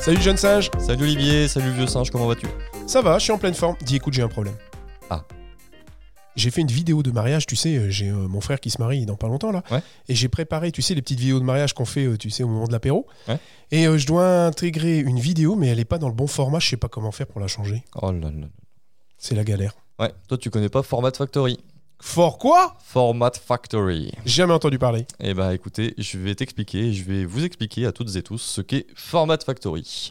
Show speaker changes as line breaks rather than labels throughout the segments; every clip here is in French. Salut jeune singe
Salut Olivier, salut vieux singe, comment vas-tu
Ça va, je suis en pleine forme. Dis écoute, j'ai un problème.
Ah.
J'ai fait une vidéo de mariage, tu sais, euh, j'ai euh, mon frère qui se marie dans pas longtemps là.
Ouais.
Et j'ai préparé, tu sais, les petites vidéos de mariage qu'on fait, euh, tu sais, au moment de l'apéro.
Ouais.
Et euh, je dois intégrer une vidéo, mais elle est pas dans le bon format, je sais pas comment faire pour la changer.
Oh là là.
C'est la galère.
Ouais, toi tu connais pas Format Factory.
Fort quoi
Format Factory.
Jamais entendu parler.
Eh ben écoutez, je vais t'expliquer, je vais vous expliquer à toutes et tous ce qu'est Format Factory.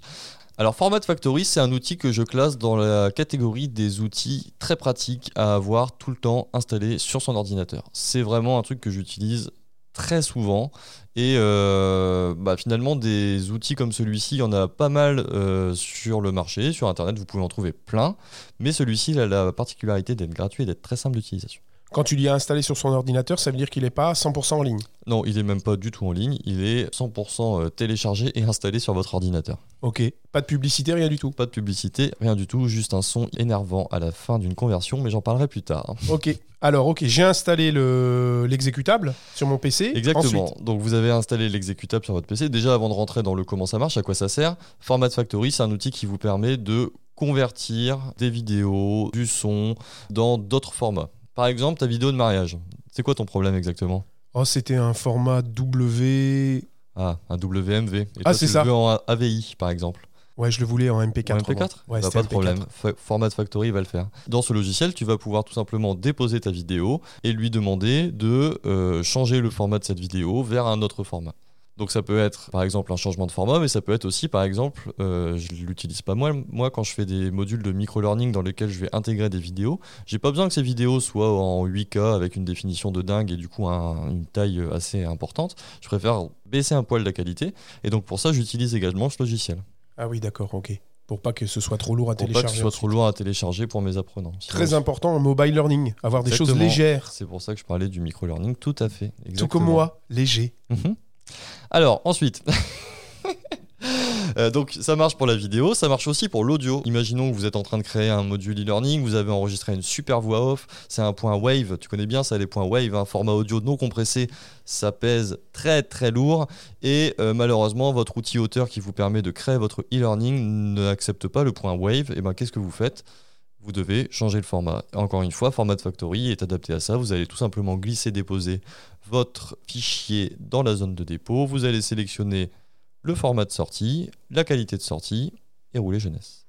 Alors Format Factory, c'est un outil que je classe dans la catégorie des outils très pratiques à avoir tout le temps installé sur son ordinateur. C'est vraiment un truc que j'utilise très souvent et euh, bah, finalement des outils comme celui-ci, il y en a pas mal euh, sur le marché, sur internet, vous pouvez en trouver plein, mais celui-ci il a la particularité d'être gratuit et d'être très simple d'utilisation.
Quand tu l'y as installé sur son ordinateur, ça veut dire qu'il est pas 100% en ligne.
Non, il est même pas du tout en ligne, il est 100% euh, téléchargé et installé sur votre ordinateur.
Ok. Pas de publicité, rien du tout.
Pas de publicité, rien du tout, juste un son énervant à la fin d'une conversion, mais j'en parlerai plus tard.
Ok. Alors, ok, j'ai installé le- l'exécutable sur mon PC.
Exactement.
Ensuite,
Donc vous avez installé l'exécutable sur votre PC. Déjà avant de rentrer dans le comment ça marche, à quoi ça sert, Format Factory, c'est un outil qui vous permet de convertir des vidéos, du son dans d'autres formats. Par exemple, ta vidéo de mariage. C'est quoi ton problème exactement
oh, c'était un format W.
Ah, un WMV. Et
Ah,
toi,
c'est
tu
ça.
Le veux en AVI, par exemple.
Ouais, je le voulais en MP4.
En MP4
moi. Ouais,
Bah,
c'était
Pas de
MP4.
problème. Fa- Format Factory va le faire. Dans ce logiciel, tu vas pouvoir tout simplement déposer ta vidéo et lui demander de euh, changer le format de cette vidéo vers un autre format. Donc ça peut être par exemple un changement de format, mais ça peut être aussi par exemple, euh, je l'utilise pas moi, moi quand je fais des modules de micro-learning dans lesquels je vais intégrer des vidéos, j'ai pas besoin que ces vidéos soient en 8K avec une définition de dingue et du coup un- une taille assez importante, je préfère baisser un poil la qualité, et donc pour ça j'utilise également ce logiciel
Ah oui, d'accord, ok. Pour pas que ce soit trop lourd à
pour pas
télécharger.
que ce soit trop
ensuite.
loin à télécharger pour mes apprenants.
Très
Sinon,
important en mobile learning, avoir des choses
Exactement.
légères.
C'est pour ça que je parlais du micro-learning, tout à fait.
Tout comme
exactement.
moi, léger.
Mhm. Alors, ensuite. Euh, Donc ça marche pour la vidéo, ça marche aussi pour l'audio. Imaginons que vous êtes en train de créer un module e-learning, vous avez enregistré une super voix off, c'est un point wave, tu connais bien ça les points wave, un format audio non compressé, ça pèse très très lourd et euh, malheureusement votre outil auteur qui vous permet de créer votre e-learning n'accepte pas le point wave, et ben qu'est-ce que vous faites Vous devez changer le format. Encore une fois, Format Factory est adapté à ça, vous allez tout simplement glisser, déposer votre fichier dans la zone de dépôt. Vous allez sélectionner le format de sortie, la qualité de sortie et rouler jeunesse.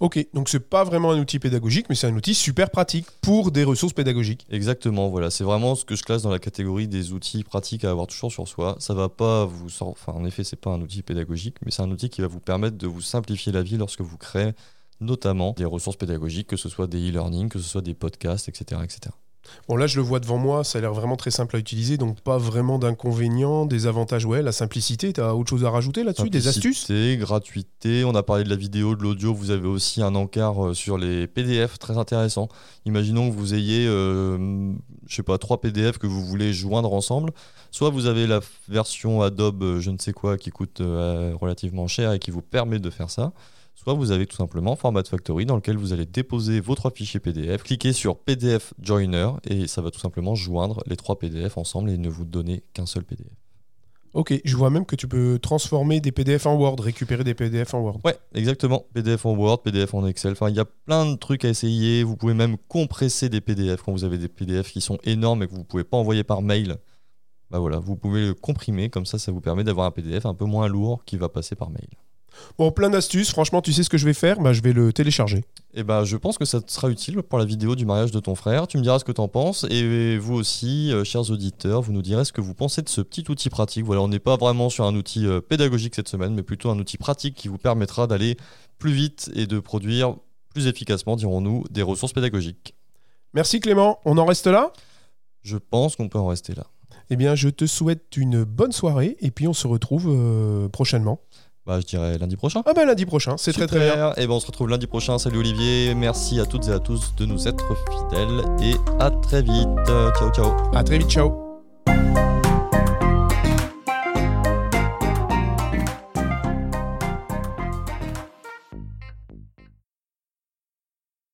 Ok, donc c'est pas vraiment un outil pédagogique, mais c'est un outil super pratique pour des ressources pédagogiques.
Exactement, voilà, c'est vraiment ce que je classe dans la catégorie des outils pratiques à avoir toujours sur soi. Ça va pas vous sor- enfin en effet, c'est pas un outil pédagogique, mais c'est un outil qui va vous permettre de vous simplifier la vie lorsque vous créez notamment des ressources pédagogiques, que ce soit des e-learning, que ce soit des podcasts, etc., etc.
Bon, là, je le vois devant moi, ça a l'air vraiment très simple à utiliser, donc pas vraiment d'inconvénients, des avantages. Ouais, la simplicité, t'as autre chose à rajouter là-dessus Des
Simplicité,
astuces
gratuité. On a parlé de la vidéo, de l'audio. Vous avez aussi un encart euh, sur les PDF, très intéressant. Imaginons que vous ayez, euh, je sais pas, trois PDF que vous voulez joindre ensemble. Soit vous avez la f- version Adobe, euh, je ne sais quoi, qui coûte euh, relativement cher et qui vous permet de faire ça. Soit vous avez tout simplement Format Factory dans lequel vous allez déposer vos trois fichiers PDF, cliquez sur PDF Joiner et ça va tout simplement joindre les trois PDF ensemble et ne vous donner qu'un seul PDF.
Ok, je vois même que tu peux transformer des PDF en Word, récupérer des PDF en Word.
Ouais, exactement. PDF en Word, PDF en Excel. Enfin, il y a plein de trucs à essayer. Vous pouvez même compresser des PDF quand vous avez des PDF qui sont énormes et que vous ne pouvez pas envoyer par mail. Bah voilà, vous pouvez le comprimer. Comme ça, ça vous permet d'avoir un PDF un peu moins lourd qui va passer par mail.
Bon, plein d'astuces. Franchement, tu sais ce que je vais faire bah, Je vais le télécharger.
Et bah, je pense que ça te sera utile pour la vidéo du mariage de ton frère. Tu me diras ce que t'en penses. Et vous aussi, euh, chers auditeurs, vous nous direz ce que vous pensez de ce petit outil pratique. Voilà, on n'est pas vraiment sur un outil euh, pédagogique cette semaine, mais plutôt un outil pratique qui vous permettra d'aller plus vite et de produire plus efficacement, dirons-nous, des ressources pédagogiques.
Merci Clément, on en reste là
Je pense qu'on peut en rester là.
Eh bien, je te souhaite une bonne soirée et puis on se retrouve euh, prochainement.
Bah, je dirais lundi prochain.
Ah ben lundi prochain, c'est très très bien.
Et ben, on se retrouve lundi prochain. Salut Olivier. Merci à toutes et à tous de nous être fidèles. Et à très vite. Ciao, ciao.
À très vite, ciao.